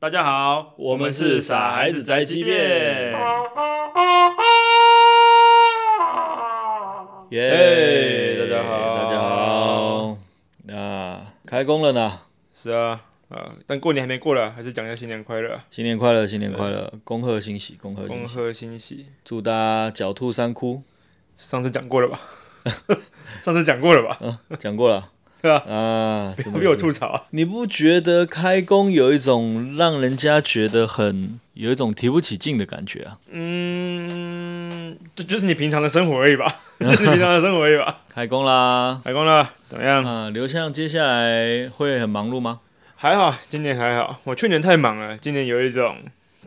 大家好，我们是傻孩子宅急便耶、嘿大家好大家好。啊，开工了呢，是啊，啊，但过年还没过来，还是讲一下新年快乐啊，新年快乐，新年快乐，恭贺新喜，恭贺恭新喜，贺新喜。祝大家狡兔三窟，上次讲过 了吧？上次讲过了吧？讲过了对 啊啊，不真要的被我是吐槽啊，你不觉得开工有一种让人家觉得很有一种提不起劲的感觉啊？嗯，这就是你平常的生活 而已吧，就是你平常的生活而已吧。开工啦，海工了，怎么样？啊，刘向接下来会很忙碌吗？还好，今年还好。我去年太忙了，今年有一种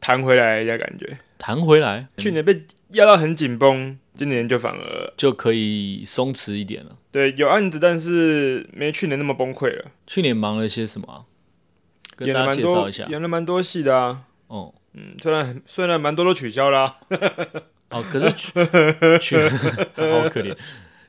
弹回来的感觉。弹回来去年被压到很紧绷，今年就反而就可以松弛一点了。对，有案子，但是没去年那么崩溃了。去年忙了些什么啊、跟演了大家蛮介多绍一下。演了蛮多戏的啊。哦，嗯，虽然很虽然蛮多都取消啊啦、哦，可是取取 好可怜，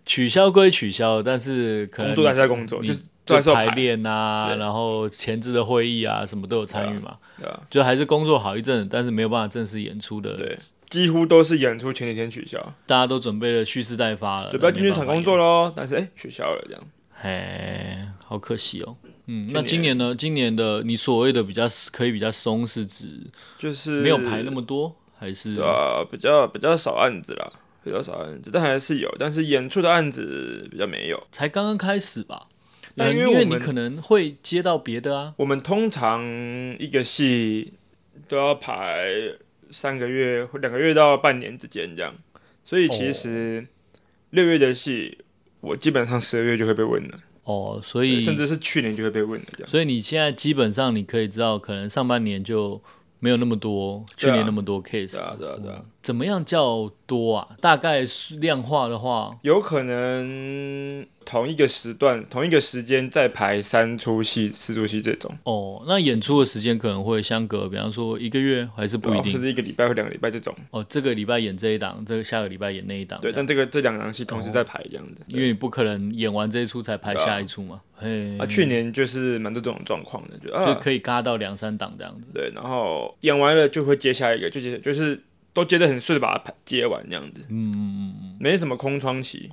取消归取消，但是可能工作还是在工作，就是都还是有排排练啊，对然后前置的会议啊，什么都有参与嘛，对啊，就还是工作好一阵，但是没有办法正式演出的对，几乎都是演出前几天取消，大家都准备了蓄势待发了，准备要进剧场工作了，喽。但是哎、取消了这样。哎，好可惜哦。嗯，去那今年呢？今年的你所谓的比较可以比较松，是指就是没有排那么多，还是对啊，比较比较少案子啦，比较少案子，但还是有，但是演出的案子比较没有。才刚刚开始吧？但嗯因为因为我你们可能会接到别的啊，我们通常一个戏都要排三个月、或两个月到半年之间这样，所以其哦实六月的戏，我基本上十二月就会被问了，哦，所对以甚至是去年就会被问了这样。所以你现在基本上你可以知道，可能上半年就没有那么多，对啊去年那么多 case，、对啊，对啊，对啊，怎么样叫多啊？大概数量化的话，有可能同一个时段、同一个时间再排三出戏、四出戏这种，哦，那演出的时间可能会相隔，比方说一个月还是不一对啊定甚。至一个礼拜或两个礼拜这种。哦，这个礼拜演这一档，这个下个礼拜演那一档，对，这但样这个这两场戏同时在排这样子。因为你不可能演完这一出才排对啊下一出嘛，嘿，啊，去年就是蛮多这种状况的，就啊就，可以嘎到两三档这样子。对，然后演完了就会接下一个，就接就是都接的很顺，把它拍接完这样子。嗯嗯嗯，没什么空窗期。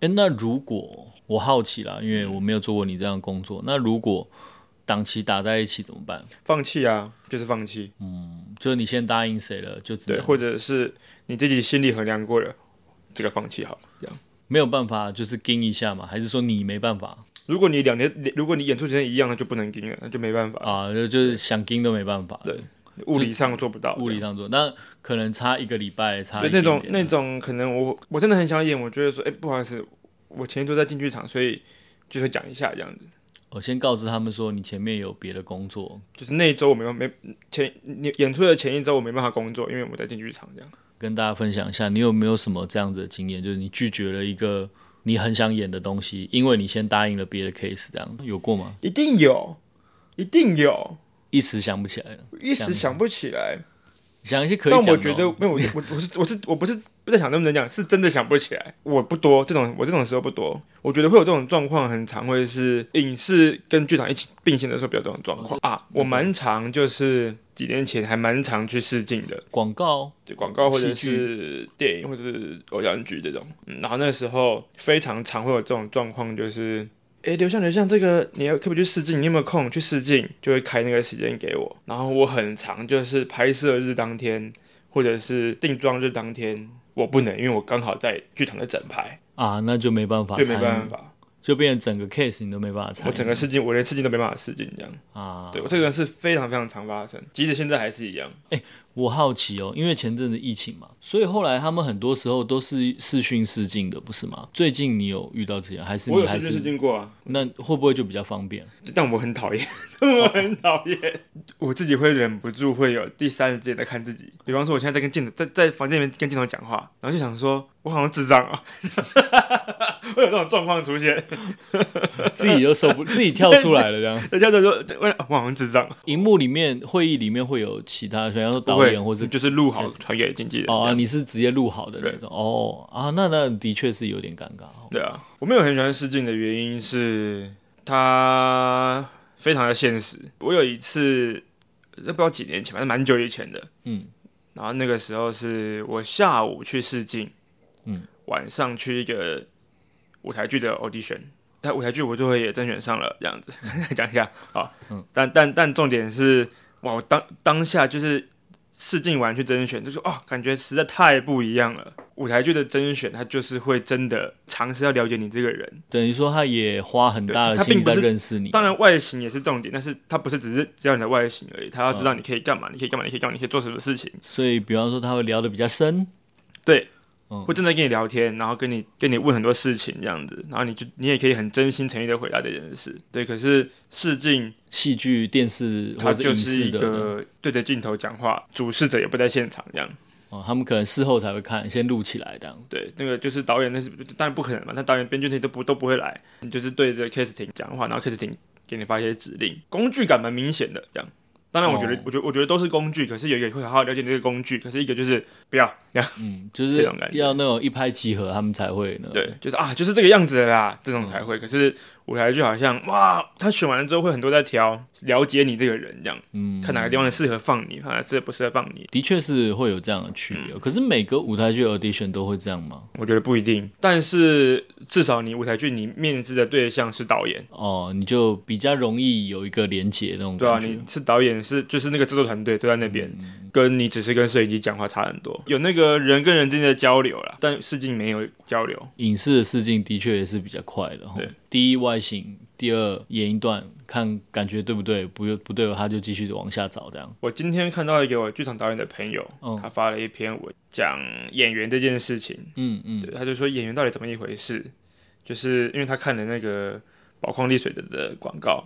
哎，那如果我好奇啦，因为我没有做过你这样的工作，那如果档期打在一起怎么办？放弃啊，就是放弃，嗯就是你先答应谁了，就只对，能或者是你自己心里衡量过了，这个放弃好了，这样。没有办法，就是盯一下嘛，还是说你没办法如果你两年，如果你演出时间一样，那就不能盯了，那就没办法，啊？就就是想盯都没办法，对物理上做不到。物理上做，那可能差一个礼拜，差对一那点种点啊那种可能我我真的很想演，我觉得说，哎、不好意思，我前一周在进剧场，所以就会讲一下这样子。我先告知他们说你前面有别的工作，就是那一周我没办没前你演出的前一周我没办法工作，因为我在进剧场这样。跟大家分享一下，你有没有什么这样子的经验？就是你拒绝了一个你很想演的东西，因为你先答应了别的 case，这样有过吗？一定有，一定有，一时想不起来了，一时想不起来。想一些可以但讲的我哦。觉得没有，我我我是我是我不是不在想能不能讲，是真的想不起来。我不多这种，我这种时候不多。我觉得会有这种状况，很常会是影视跟剧场一起并行的时候，比较这种状况啊。我蛮常就是几年前还蛮常去试镜的，广告就广告或者嗯戏剧是电影或者是偶像剧这种。嗯，然后那个时候非常常会有这种状况，就是。诶，刘向，刘向，这个你要可不可以去试镜？你有没有空去试镜？就会开那个时间给我。然后我很常就是拍摄日当天，或者是定妆日当天，我不能，因为我刚好在剧场的整排，啊，那就没办法就参没办与，法。就变成整个 case 你都没办法参与。我整个试镜，我连试镜都没办法试镜，这样。啊，对我这个是非常非常常发生，即使现在还是一样。我好奇哦，因为前阵子疫情嘛，所以后来他们很多时候都是视讯试镜的，不是吗？最近你有遇到这样，还是我你有还试镜试是镜过啊，那会不会就比较方便？ 但我很讨厌， 我很讨厌，我自己会忍不住会有第三者在看自己。比方说，我现在在跟镜头在在房间里面跟镜头讲话，然后就想说，我好像智障啊， 会有这种状况出现。自己就 受不，自己跳出来了这样。人家就说，我我好像智障，荧幕里面、会议里面会有其他，比方说导演或是是就是录好传给经纪人。哦、这啊，样你是直接录好的那种哦啊，那那的确是有点尴尬哦。对啊，我没有很喜欢试镜的原因是它非常的现实。我有一次那不知道几年前，反正蛮久以前的。嗯，然后那个时候是我下午去试镜，嗯，晚上去一个舞台剧的 audition，但舞台剧我最后也甄选上了，这样子 讲一下啊。嗯，但但但重点是，哇，我当当下就是试镜完去甄选，就说哦，感觉实在太不一样了。舞台剧的甄选，它就是会真的尝试要了解你这个人，等于说他也花很大的对他心力并不在是认识你。当然外形也是重点，但是他不是只是只要你的外形而已，他要知道你可以干嘛，你可以干嘛，你可以干嘛，你可以做什么事情，所以，比方说他会聊得比较深，对，嗯会真的跟你聊天，然后跟你跟你问很多事情这样子，然后你就你也可以很真心诚意的回答这件事，对。可是试镜戏剧、电视它或者就影是视一的，个对着镜头讲话，主事者也不在现场这样，哦，他们可能事后才会看，先录起来这样。对，那个就是导演那是当然不可能嘛，那导演编剧那些都不都不会来，你就是对着 casting 讲话，然后 casting 给你发一些指令，工具感蛮明显的这样。当然，我觉得，哦我觉得，我觉得都是工具，可是有一个会好好了解你这个工具，可是一个就是不要这样，嗯，就是这种感觉要那种一拍即合，他们才会呢。对，就是啊，就是这个样子的啦，这嗯种才会。可是舞台剧好像哇，他选完了之后会很多在挑，了解你这个人这样，嗯，看哪个地方适合放你，看哪适合不适合放你，的确是会有这样的区嗯别。可是每个舞台剧 audition 都会这样吗？我觉得不一定。但是至少你舞台剧你面试的对象是导演。哦，你就比较容易有一个连结那种对啊，感觉嗯你。是导演是就是那个制作团队都在那边，跟你只是跟摄影机讲话差很多，有那个人跟人之间的交流啦，但试镜没有交流。影视的试镜的确也是比较快的。吼对，第一外形，第二演一段，看感觉对不对，不不对，他就继续往下找这样。我今天看到一个我剧场导演的朋友，嗯他发了一篇我讲演员这件事情，嗯嗯对，他就说演员到底怎么一回事，就是因为他看了那个宝矿力水的的广告，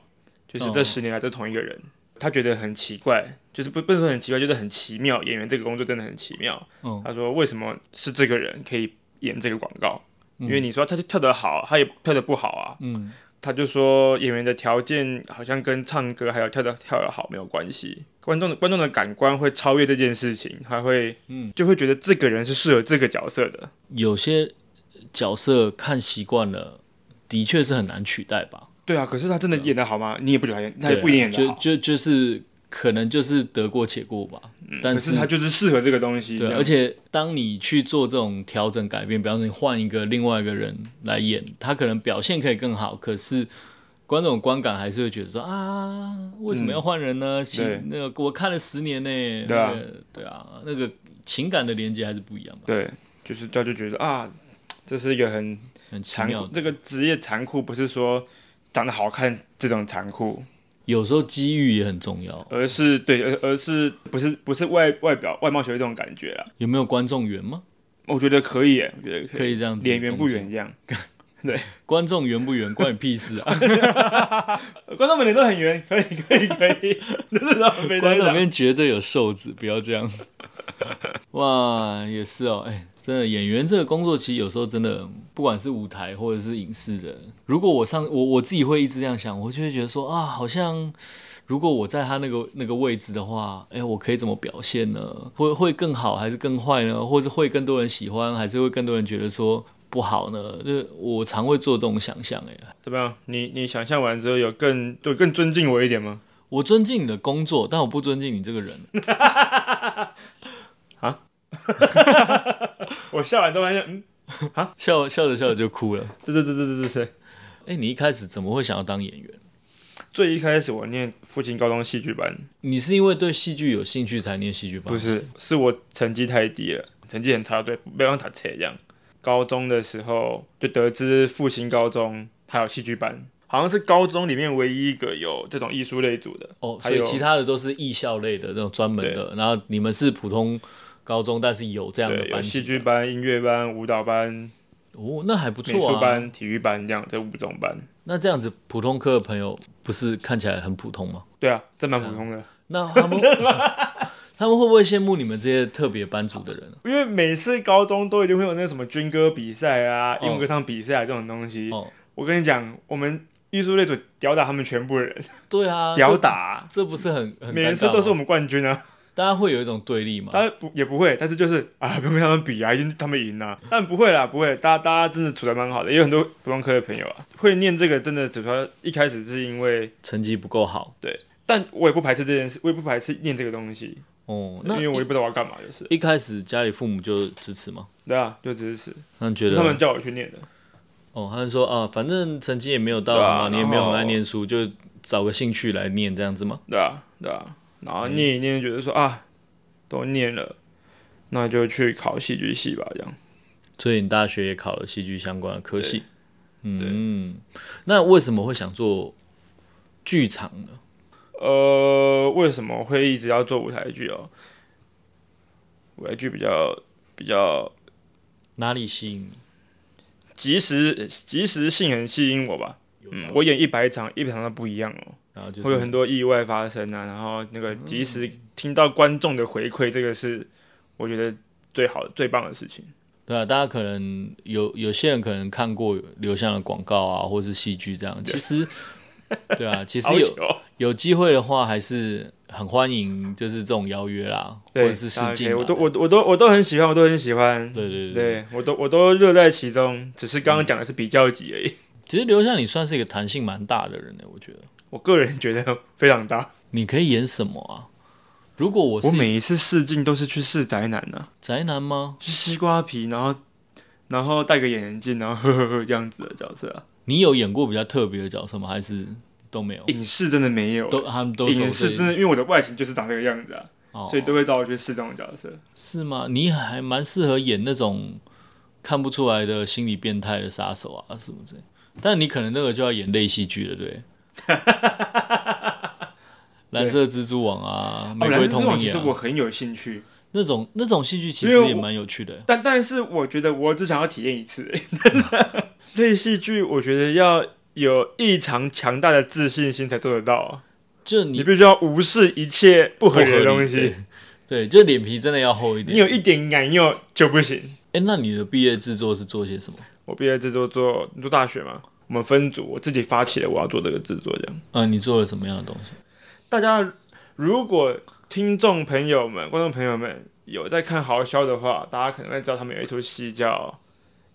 就是这哦十年来都同一个人，他觉得很奇怪，就是不不是说很奇怪，就是很奇妙，演员这个工作真的很奇妙。嗯他说为什么是这个人可以演这个广告？因为你说他就跳得好，他也跳得不好啊。嗯，他就说演员的条件好像跟唱歌还有跳得跳得好没有关系，观众的观众的感官会超越这件事情，还会嗯就会觉得这个人是适合这个角色的。有些角色看习惯了，的确是很难取代吧。对啊，可是他真的演得好吗？你也不觉得他演，他也对啊不一定演得就好。就就是可能就是得过且过吧。但嗯可是他就是适合这个东西，对，啊这样而且当你去做这种调整改变，比方说你换一个另外一个人来演，他可能表现可以更好，可是观众的观感还是会觉得说啊，为什么要换人呢？情、嗯对那个我看了十年呢、对啊那个对啊，那个情感的连接还是不一样吧，对，就是他就觉得啊，这是一个很很奇残妙酷，的。这个职业残酷不是说长得好看这种残酷，有时候机遇也很重要，而是对，而而是不是不是外外表外貌协会这种感觉啦。有没有观众缘吗？我觉得可以耶，我觉得可可以这样子，脸圆不圆？这样，观众缘不圆，关你屁事啊！呃观众们脸都很圆，可以可以可以， 真的是非观众里常面绝对有瘦子，不要这样。 哇，也是哦，哎、真的演员这个工作，其实有时候真的，不管是舞台或者是影视的，如果我上我我自己会一直这样想，我就会觉得说啊，好像如果我在他那个那个位置的话，哎、我可以怎么表现呢？会会更好还是更坏呢？或者会更多人喜欢，还是会更多人觉得说不好呢？就是我常会做这种想象，哎，怎么样？你你想象完之后有更就更尊敬我一点吗？我尊敬你的工作，但我不尊敬你这个人。 啊我笑完之后发现，嗯，笑笑着笑着就哭了。对对对对对对对。哎、你一开始怎么会想要当演员？最一开始我念复兴高中戏剧班，你是因为对戏剧有兴趣才念戏剧班？不，是，是我成绩太低了，成绩很差，对，没办法扯这样。高中的时候就得知复兴高中还有戏剧班，好像是高中里面唯一一个有这种艺术类组的。哦，还所以有其他的都是艺校类的那种专门的，然后你们是普通高中，但是有这样的对，有班戏级。剧班、音乐班、舞蹈班、哦，那还不美错术啊。班、体育班这样这五种班。那这样子，普通科的朋友不是看起来很普通吗？对啊，这蛮普通的，那他们 他们会不会羡慕你们这些特别班组的人？啊因为每次高中都一定会有那个什么军歌比赛啊、哦英文歌唱比赛啊这种东西。哦，我跟你讲，我们艺术类组吊打他们全部人，对啊，吊这打啊、这不是很很每一尴尬哦次吗都是我们冠军啊，大家会有一种对立嘛？当然不也不会，但是就是啊，不用跟他们比啊，一定他们赢啊，但不会啦，不会，大家大家真的处的蛮好的，也有很多普通科的朋友啊，会念这个真的，主要一开始是因为成绩不够好，对，但我也不排斥这件事，我也不排斥念这个东西，哦，因那为我也不知道我要干嘛，就是一开始家里父母就支持吗？对啊，就支持，他们觉得他们叫我去念的，哦，他们说啊，反正成绩也没有到对啊很好，你也没有然很后爱念书，就找个兴趣来念这样子吗？对啊，对啊，然后念嗯一念，觉得说啊，都念了，那就去考戏剧系吧，这样。所以你大学也考了戏剧相关的科系。对嗯，那为什么会想做剧场呢？呃，为什么会一直要做舞台剧哦？舞台剧比较比较哪里吸引你？及时及时性很吸引我吧。嗯，我演一百场，一百场都不一样哦，然后就会有很是嗯多意外发生啊。然后那个及时听到观众的回馈，这个是我觉得最好最棒的事情。对啊，大家可能有有些人可能看过刘向的广告啊，或是戏剧这样。其实，对啊，其实好有久哦，有机会的话，还是很欢迎，就是这种邀约啦，或对，者是大家试可以镜啊。我都我我都我都很喜欢，我都很喜欢。对对对。对我都我都乐在其中，只是刚刚讲的是比较级而已。 其实刘向你算是一个弹性蛮大的人呢，我觉得我个人觉得非常大。你可以演什么啊？如果我我是每一次试镜都是去试宅男呢、啊，宅男吗？就是西瓜皮，然后然后戴个眼镜，然后呵呵呵这样子的角色啊。你有演过比较特别的角色吗？还是都没有？影视真的没有、哦都他们都走影这视一真的，因为我的外形就是长这个样子啊，哦所以都会找我去试这种角色。哦是吗？你还蛮适合演那种看不出来的心理变态的杀手啊，是不是？但你可能那个就要演类戏剧了， 对。蓝色蜘蛛网啊，玫哦，瑰蓝色通这灵种其眼实啊、我很有兴趣，那种那种戏剧其因实为也我蛮有趣的。但但是我觉得我只想要体验一次而 已。但是类戏剧，我觉得要有异常强大的自信心才做得到啊、就你你必须要无视一切不合理的不合东理西，对，就脸皮真的要厚一你点。有一点敢用就不行。哎、那你的毕业制作是做些什么？我毕业制作做做大学嘛，我们分组，我自己发起了我要做这个制作，这样。嗯、你做了什么样的东西？大家如果听众朋友们、观众朋友们有在看豪销的话，大家可能会知道他们有一出戏叫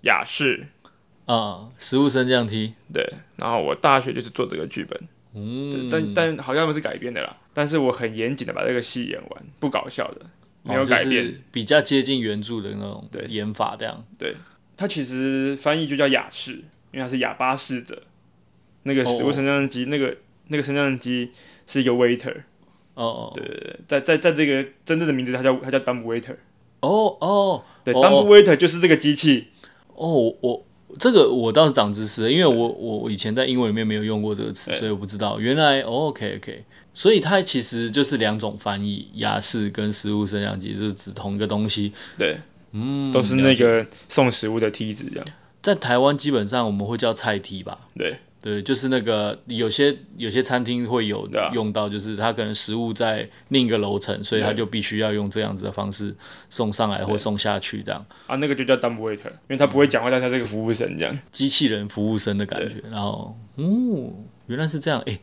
《雅士啊，食物升降梯。》，对。然后我大学就是做这个剧本，对嗯，但但好像他们是改编的啦，但是我很严谨的把这个戏演完，不搞笑的，没有哦就改是变。比较接近原著的那种对演法这样。它其实翻译就叫雅士，因为它是哑巴侍者。那个食哦物哦升降机，那个那个升降机是一个 waiter。哦哦，对，在在在这个真正的名字，它叫它叫 dumb waiter。哦哦对、哦 dumb waiter 就是这个机器。哦，我我这个我倒是长知识了，因为我我我以前在英文里面没有用过这个词，对所以我不知道。原来、哦、OK OK，所以它其实就是两种翻译，雅士跟食物升降机就是指同一个东西。对，嗯，都是了那解个送食物的梯子这样。在台湾基本上我们会叫菜梯吧。对对，就是那个有些有些餐厅会有对啊用到，就是它可能食物在另一个楼层，所以它就必须要用这样子的方式送上来或送下去，这样啊，那个就叫 dumb waiter，因为他不会讲话，但他是个服务生这样。机器人服务生的感觉。然后，哦，原来是这样，哎、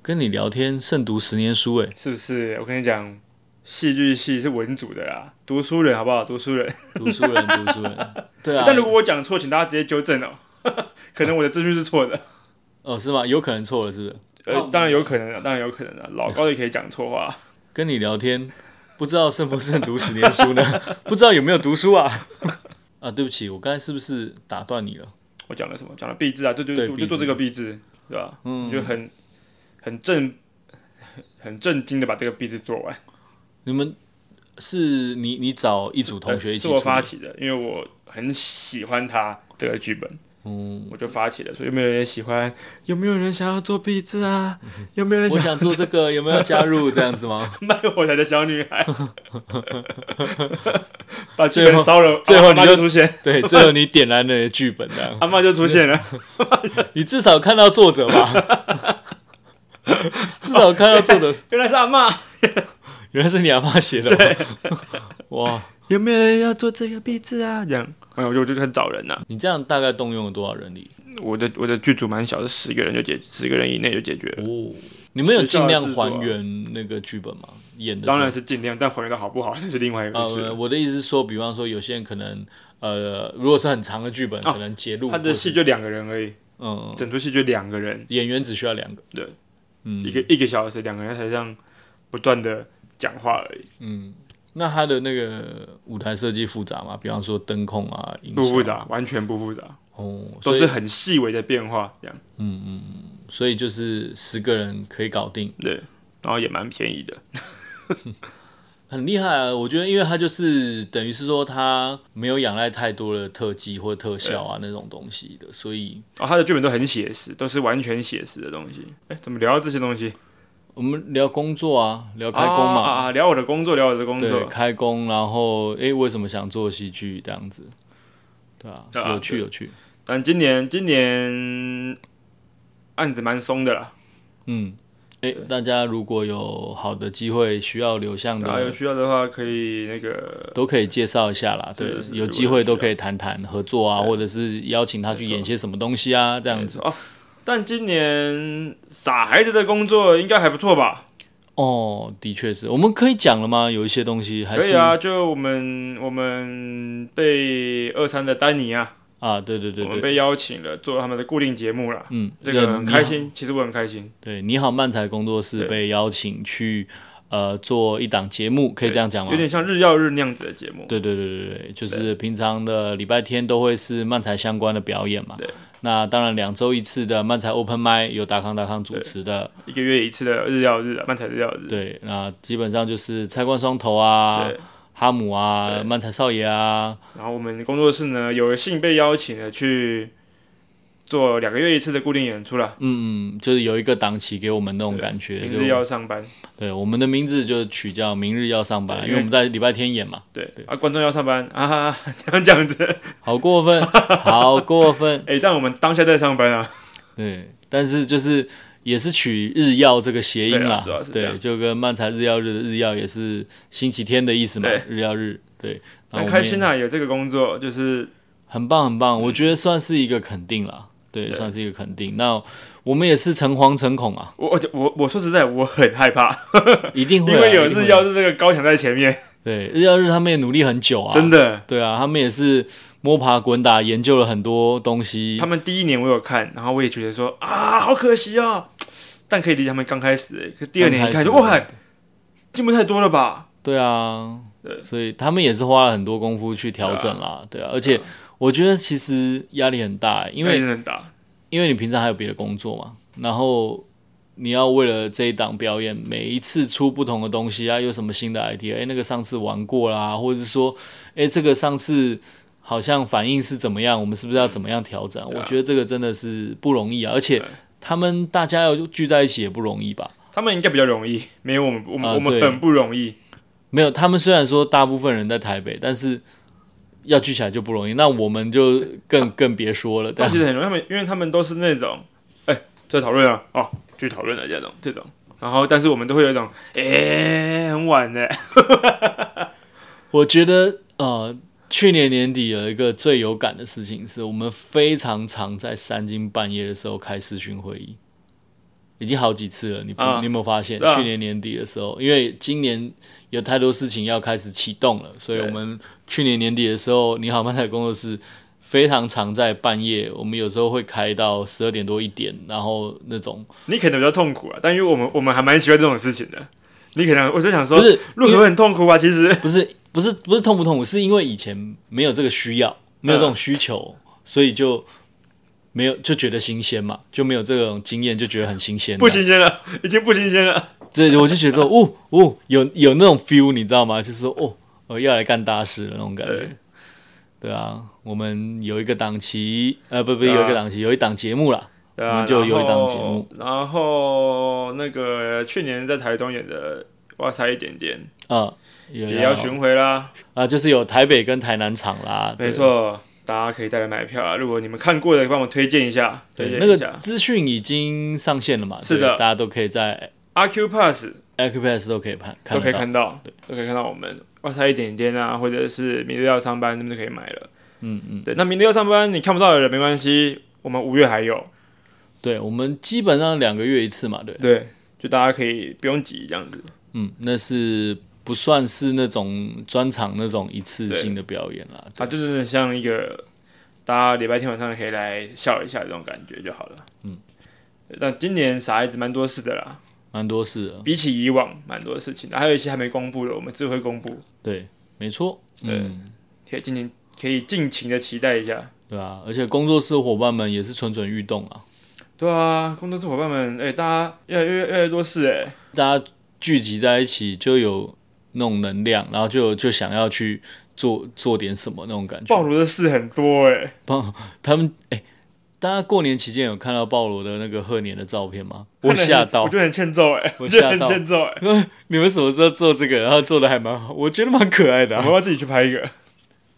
跟你聊天胜读十 年书，哎，是不是？我跟你讲，戏剧系是文组的啦，读书人好不好？读书人。读书人，读书人，对啊但，如果我讲错，请大家直接纠正哦。 可能我的资讯是错的，哦，是吗？有可能错了，是不是？呃，当然有可能啊，当然有可能啊，老高也可以讲错话。跟你聊天，不知道胜不胜读十年书呢？不知道有没有读书啊？啊，对不起，我刚才是不是打断你了？我讲了什么？讲了币制啊，对对对我就币制做这个币制，对吧？嗯，就很很震很震惊的把这个币制做完。你们是你你找一组同学一呃是起我出的发起的，因为我很喜欢他这个剧本，嗯，我就发起了，说有没有人喜欢？有没有人想要做币制啊？有没有人我想想做这个，有没有加入这样 子吗？卖火柴的小女 孩？把剧本烧了，最后阿最后妈你就就出现，对，最后你点燃了剧本的，阿妈就出现了。你至少看到作者吧？ 至少看到作者，原来是阿妈。原来是你阿妈写的吗。 哇，有没有人要做这个币制啊？这样，哎，我就我就开始找人了、你这样大概动用了多少人力？我的我的剧组蛮小的，十个人就解，十个人以内就解决了。哦，你们有尽量学校的制作还啊原那个剧本吗？演的时候当然是尽量，但还原的好不好那是另外一回呃，事。我的意思是说，比方说有些人可能呃，如果是很长的剧本，哦可能截录他或的是戏就两个人而已，嗯，整出戏就两个人。演员只需要两个。对，嗯一个一个小时，两个人在台上不断的讲话而已，啊那他的那个舞台设计复杂吗？比方说灯控啊，音不响复杂，完全不复杂，哦，都所以是很细微的变化，这样所以就是十个人可以搞定，对，然后也蛮便宜的，很厉害啊！我觉得，因为他就是等于是说他没有仰赖太多的特技或特效啊那种东西的，所以哦，他的剧本都很写实，都是完全写实的东西。哎，怎么聊到这些东西？我们聊工作啊，聊开工嘛，啊啊啊，聊我的工作，聊我的工对，作。开工，然后诶，为什么想做戏剧这样子？对啊，对啊有趣对有趣，但今年今年案子蛮松的啦，嗯，诶，大家如果有好的机会需要流向然后有的，需要的话可以那个都可以介绍一下啦。是对是，有如果机有啊会需都要可以谈谈合作啊，或者是邀请他去演些什么东西啊，这样子。哦。但今年傻孩子的工作应该还不错吧？哦，的确是，我们可以讲了吗？有一些东西还可以是啊，就我们我们被二三的丹尼啊，啊，对对对我们对，被邀请了做他们的固定节目啦。嗯，这个那很你开好。心，其实我很开心。对，你好，漫才工作室对被邀请去呃做一档节目，可以这样讲吗有？点像日曜日那样子的节目。对对对对对，就是平常的礼拜天都会是漫才相关的表演嘛。对。那当然，两周一次的漫才 Open m i 由达康达康主持的，一个月一次的日曜日啊，漫才日曜日。对，那基本上就是菜冠双头啊、对哈姆啊、漫才少爷啊，然后我们工作室呢，有幸被邀请了去做两个月一次的固定演出啦。嗯，嗯，就是有一个档期给我们那种感觉。明就日要上班，对，我们的名字就取叫“明日要上班”，对因为我们在礼拜天演嘛，对啊，观众要上班 啊哈哈，这样这样子，好过分， 好过分。 哎，但我们当下在上班啊，对，但是就是也是取日曜这个谐音啦对啊主要，是这样对，就跟漫才日曜日的日曜也是星期天的意思嘛对，日曜日，对，然后很我们开心也啊，有这个工作，就是很棒很嗯棒，我觉得算是一个肯定啦，对，算是一个肯定。那我们也是诚惶诚 恐啊，我我我我说实在，我很害 怕，一定会啊，因为有一定会日曜日这个高墙在前面，对日曜日他们也努力很久啊，真的。对啊，他们也是摸爬滚打研究了很多东西他，们第一年我有看，然后我也觉得说啊，好可惜啊，但可以理解他们刚开始、欸，可第二年一看就刚开始哇，进步太多了吧？对啊，对所以他们也是花了很多功夫去调整啦，对啊，而且我觉得其实压力很大，因为真的很大，因为你平常还有别的工作嘛，然后你要为了这一档表演，每一次出不同的东西啊，有什么新的 idea？哎、那个上次玩过啦，或者是说，哎、这个上次好像反应是怎么样？我们是不是要怎么样调整？对啊我觉得这个真的是不容易啊，而且对他们大家要聚在一起也不容易吧？他们应该比较容易， 没有我们，我们、啊我们对很不容易。没有，他们虽然说大部分人在台北，但是要聚起来就不容易。那我们就 更更别说了，啊但但其实很容易，他们因为他们都是那种，哎、在讨论啊，哦，去讨论了这种这种，然后但是我们都会有一种，哎、很晚呢，我觉得呃，去年年底有一个最有感的事情，是我们非常常在三更半夜的时候开视讯会议，已经好几次了。你不、啊你有没有发现？对啊去年年底的时候，因为今年有太多事情要开始启动了，所以对我们去年年底的时候，你好漫才工作室。非常常在半夜，我们有时候会开到十二点多一点，然后那种你可能比较痛苦啊，但因为我们我们还蛮喜欢这种事情的。你可能我就想说不，是录可会很痛苦啊吧？其实不是不是不是痛不痛苦，是因为以前没有这个需要，没有这种需求，嗯所以就没有就觉得新鲜嘛，就没有这种经验，就觉得很新鲜。不，新鲜了，已经不新鲜了。对，我就觉得哦哦，有有那种 feel，你知道吗？就是说哦，我要来干大事了那种感觉对。对啊，我们有一个档期，呃，不不，对啊有一个档期，有一档节目啦。对我啊，们就有一档节然后目。然后那个去年在台中演的《哇塞一点点啊，》有也要巡回啦，啊，就是有台北跟台南场啦。对没错，大家可以带来买票啊。如果你们看过的，帮我推荐一下，推荐对，那一个下。资讯已经上线了嘛？是对的大家都可以在 RQ Pass Acropass 都可以看，看都可得以到。看到，都可以看到我们《哇塞一点点》啊，或者是明日要上班，他们都可以买了。嗯嗯，对，那明日要上班你看不到的人没关系，我们五月还有，对，我们基本上两个月一次嘛，对，对，就大家可以不用急这样子。嗯，那是不算是那种专场那种一次性的表演啦。它就真的像一个大家礼拜天晚上可以来笑一下这种感觉就好了。嗯，但今年傻孩子蛮多事的啦，蛮多事的，比起以往蛮多事情的，还有一些还没公布的，我们只会公布，对，没错，嗯，可以今年可以尽情的期待一下。对啊，而且工作室伙伴们也是蠢蠢欲动啊，对啊，工作室伙伴们，哎、大家越来越越来越多事哎、大家聚集在一起就有那种能量，然后就有就想要去做做点什么那种感觉。暴露的事很多哎、他们哎、大家过年期间有看到鲍罗的那个贺年的照片吗？看我得很吓到我，觉得很欠揍哎、我觉得吓很到欠 揍哎、你们什么时候做这个？然后做的还蛮好，我觉得蛮可爱的、我们啊要。不要自己去拍一个。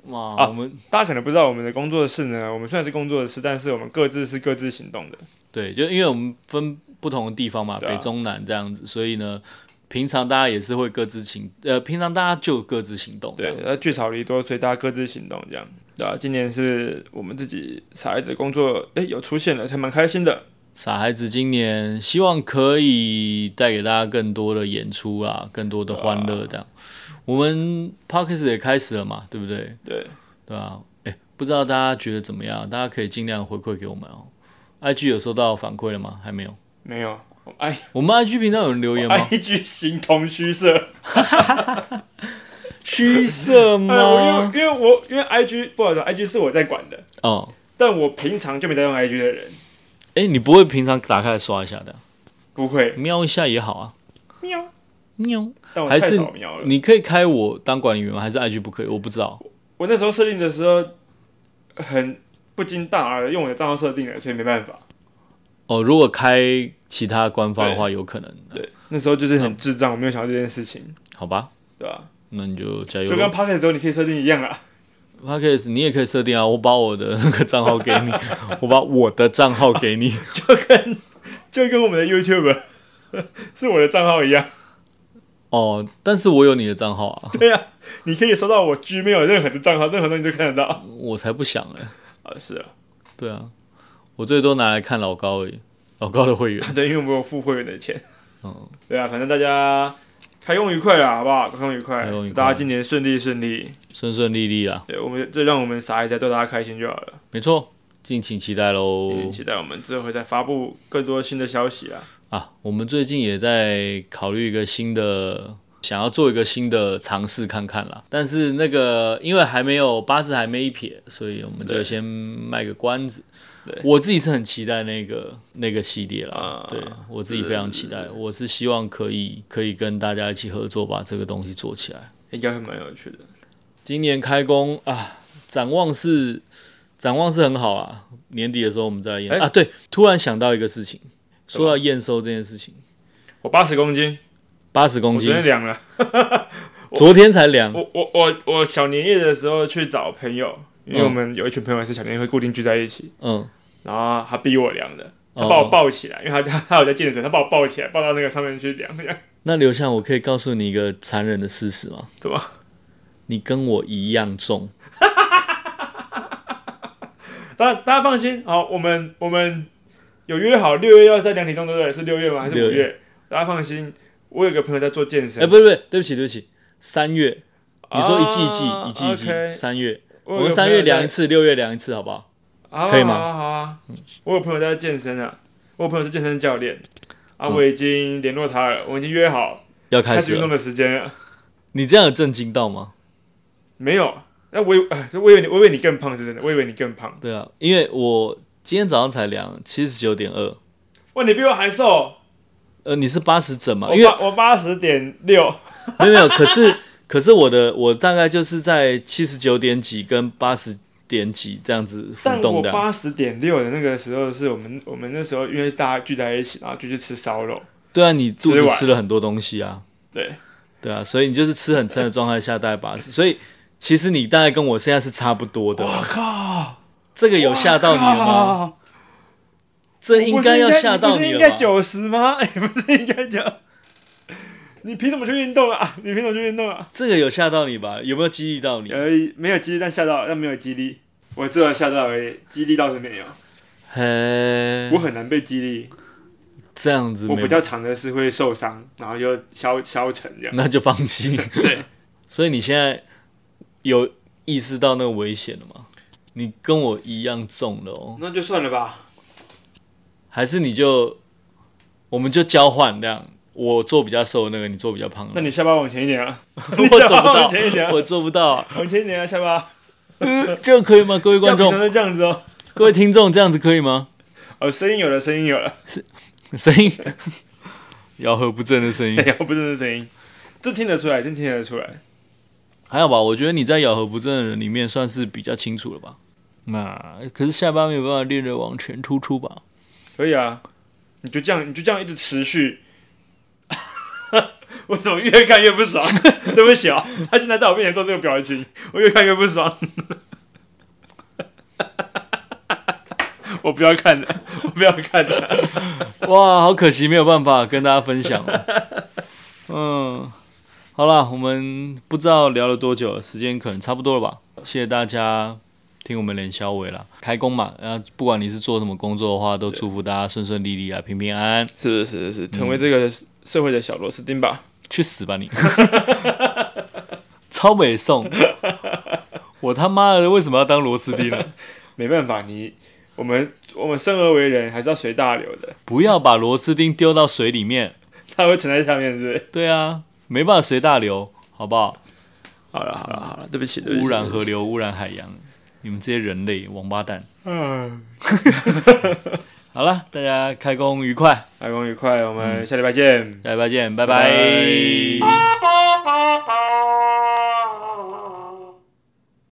哇，啊我们大家可能不知道我们的工作室呢，我们虽然是工作室，但是我们各自是各自行动的。对，就因为我们分不同的地方嘛，对啊北中南这样子，所以呢，平常大家也是会各自行，呃，平常大家就各自行动。对，那聚少离多，所以大家各自行动这样。对啊，今年是我们自己傻孩子的工作，哎，有出现了，才蛮开心的。傻孩子今年希望可以带给大家更多的演出啊，更多的欢乐这样。我们 p o d c a s t 也开始了嘛，对不对？对，对啊，哎，不知道大家觉得怎么样？大家可以尽量回馈给我们哦。IG 有收到反馈了吗？还没有。没有，我哎我们 IG 频道有人留言吗？ ，I G 形同虚设。虚设哎，我吗？因为因为我因为 I G 不好意思，I G 是我在管的，哦，但我平常就没在用 I G 的人，哎，你不会平常打开来刷一下的啊？不会瞄一下也好啊，喵，喵。但我还太是少喵了。你可以开我当管理员吗？还是 IG 不可以？我不知道。我那时候设定的时候，很不经大脑的用我的账号设定的，所以没办法。哦，如果开其他官方的话，有可能。对，那时候就是很智障，我没有想到这件事情，好吧，对吧、那你就加油就咯。跟 p o c k e t 之后你可以设定一样啦。 p o d c a s 你也可以设定啊，我把我的那 个账号给你，我把我的账号给你。就跟我们的 YouTube 是我的账号一样，哦，但是我有你的账号啊，对呀、你可以收到我 Gmail 任何的账号，任何东西都看得到。我才不想嘞。啊，是啊，对啊，我最多拿来看老高而已，老高的会员。对，因为我们有付会员的钱。嗯，对啊，反正大家开工愉快啦，好不好？开工愉快，开工愉快大家今年顺利顺利。顺顺利利啦，对，我们这让我们傻一下，逗大家开心就好了。没错，敬请期待喽也期待我们之后会再发布更多新的消息啦。啊！我们最近也在考虑一个新的，想要做一个新的尝试看看啦。但是那个因为还没有八字还没一撇，所以我们就对先卖个关子对。我自己是很期待那个那个系列啦，啊对我自己是非常是期待。是我是希望可以可以跟大家一起合作，把这个东西做起来。应该会蛮有趣的。今年开工啊，展望是展望是很好啊。年底的时候我们再来验、哎啊。对，突然想到一个事情，什么说到验收这件事情，我八十公斤，八十公我昨斤，嗯天量了。昨天才量我我我我小年夜的时候去找朋友，因为我们有一群朋友是小年夜会固定聚在一起，嗯，然后他逼我量的，他哦把我抱起来，因为他 他他有在健身，他把我抱起来，抱到那个上面去量。这样那刘向，我可以告诉你一个残忍的事实吗？怎么？你跟我一样重，当然大家放心，好，我们我们有约好六月要在量体重，对不对？是六月吗？还是六五月月？大家放心，我有个朋友在做健哎、身。不是不是，对不起对不起，三月，你说一季一季、啊一季一季， OK 三月，有我个们三朋友月量在一次，六月量一次，好不好？好啊可以吗好啊，好啊，我有朋友在健身啊，我有朋友是健身教练啊，我已经联络他了，我已经约好要开嗯开始始运动了，的时间了。你这样有震惊到吗？没有，那我以哎，我以为你，我以为你更胖是真的，我以为你更胖。对啊，因为我今天早上才量七十九点二，哇，你比我还瘦，呃，你是八十整嘛？我因为八我八十点六，没有没有，可是 可是我的我大概就是在七十九点几跟八十点几这样子浮但动我的啊。八十点六的那个时候是我们我们那时候因为大家聚在一起，然后就去吃烧肉，对啊，你肚吃子完吃了很多东西啊，对，对啊，所以你就是吃很撑的状态下大概八十，所以其实你大概跟我现在是差不多的。我 靠，这个有吓到你了吗？哇靠？这应该要吓不到是你应了该吧？九十吗？ 哎，不是应该九？你凭什么去运动啊？ 你凭什么去运动啊？这个有吓到你吧？有没有激励到你？呃，没有激励，但吓到了，但没有激励。我只有吓到而已，激励倒是没有。嘿我，很难被激励，这样子呃我嗯没比较长的是会受伤，然后又消消沉这样。那就放弃。对， 所以你现在有意识到那个危险了吗？你跟我一样中了哦，那就算了吧。还是你就我们就交换这样，我做比较瘦的那个，你做比较胖那的，你下巴往前一点啊， 我做不下巴到往前一点啊，我做不到、啊，往前一点啊，下巴。这样可以吗？各位观要平常众、都这样子哦。各位听众，这样子可以吗？哦，声音有了，声音有了， 声音 咬合不正的声音哎，呀，不真的声音，这听得出来，真听得出来。 还好吧？我觉得你在咬合不正的人里面算是比较清楚了吧？那可是下巴没有办法练得往前突出吧？可以啊，你就这样，你就这样一直持续。 我怎么越看越不爽？ 对不起啊、他现在在我面前做这个表情，我越看越不爽。 我不要看的，我不要看的。 哇，好可惜，没有办法跟大家分享哦嗯，好啦，我们不知道聊了多久了，时间可能差不多了吧。谢谢大家听我们连消委啦，开工嘛，然、后不管你是做什么工作的话，都祝福大家顺顺利利啊，平平安安。是是是是，成为这个社会的小螺丝钉吧。去死吧你！ 超美送，我他妈的为什么要当螺丝钉呢？没办法，你我们我们生而为人，还是要随大流的。不要把螺丝钉丢到水里面。它会沉在下面，是不是？对啊，没办法随大流，好不好？好了好了好了，对不起，对不起。污染河流，污染海洋，你们这些人类王八蛋！嗯，好了，大家开工愉快，开工嗯愉快，我们下礼拜见。下礼拜见，拜拜拜拜 Bye.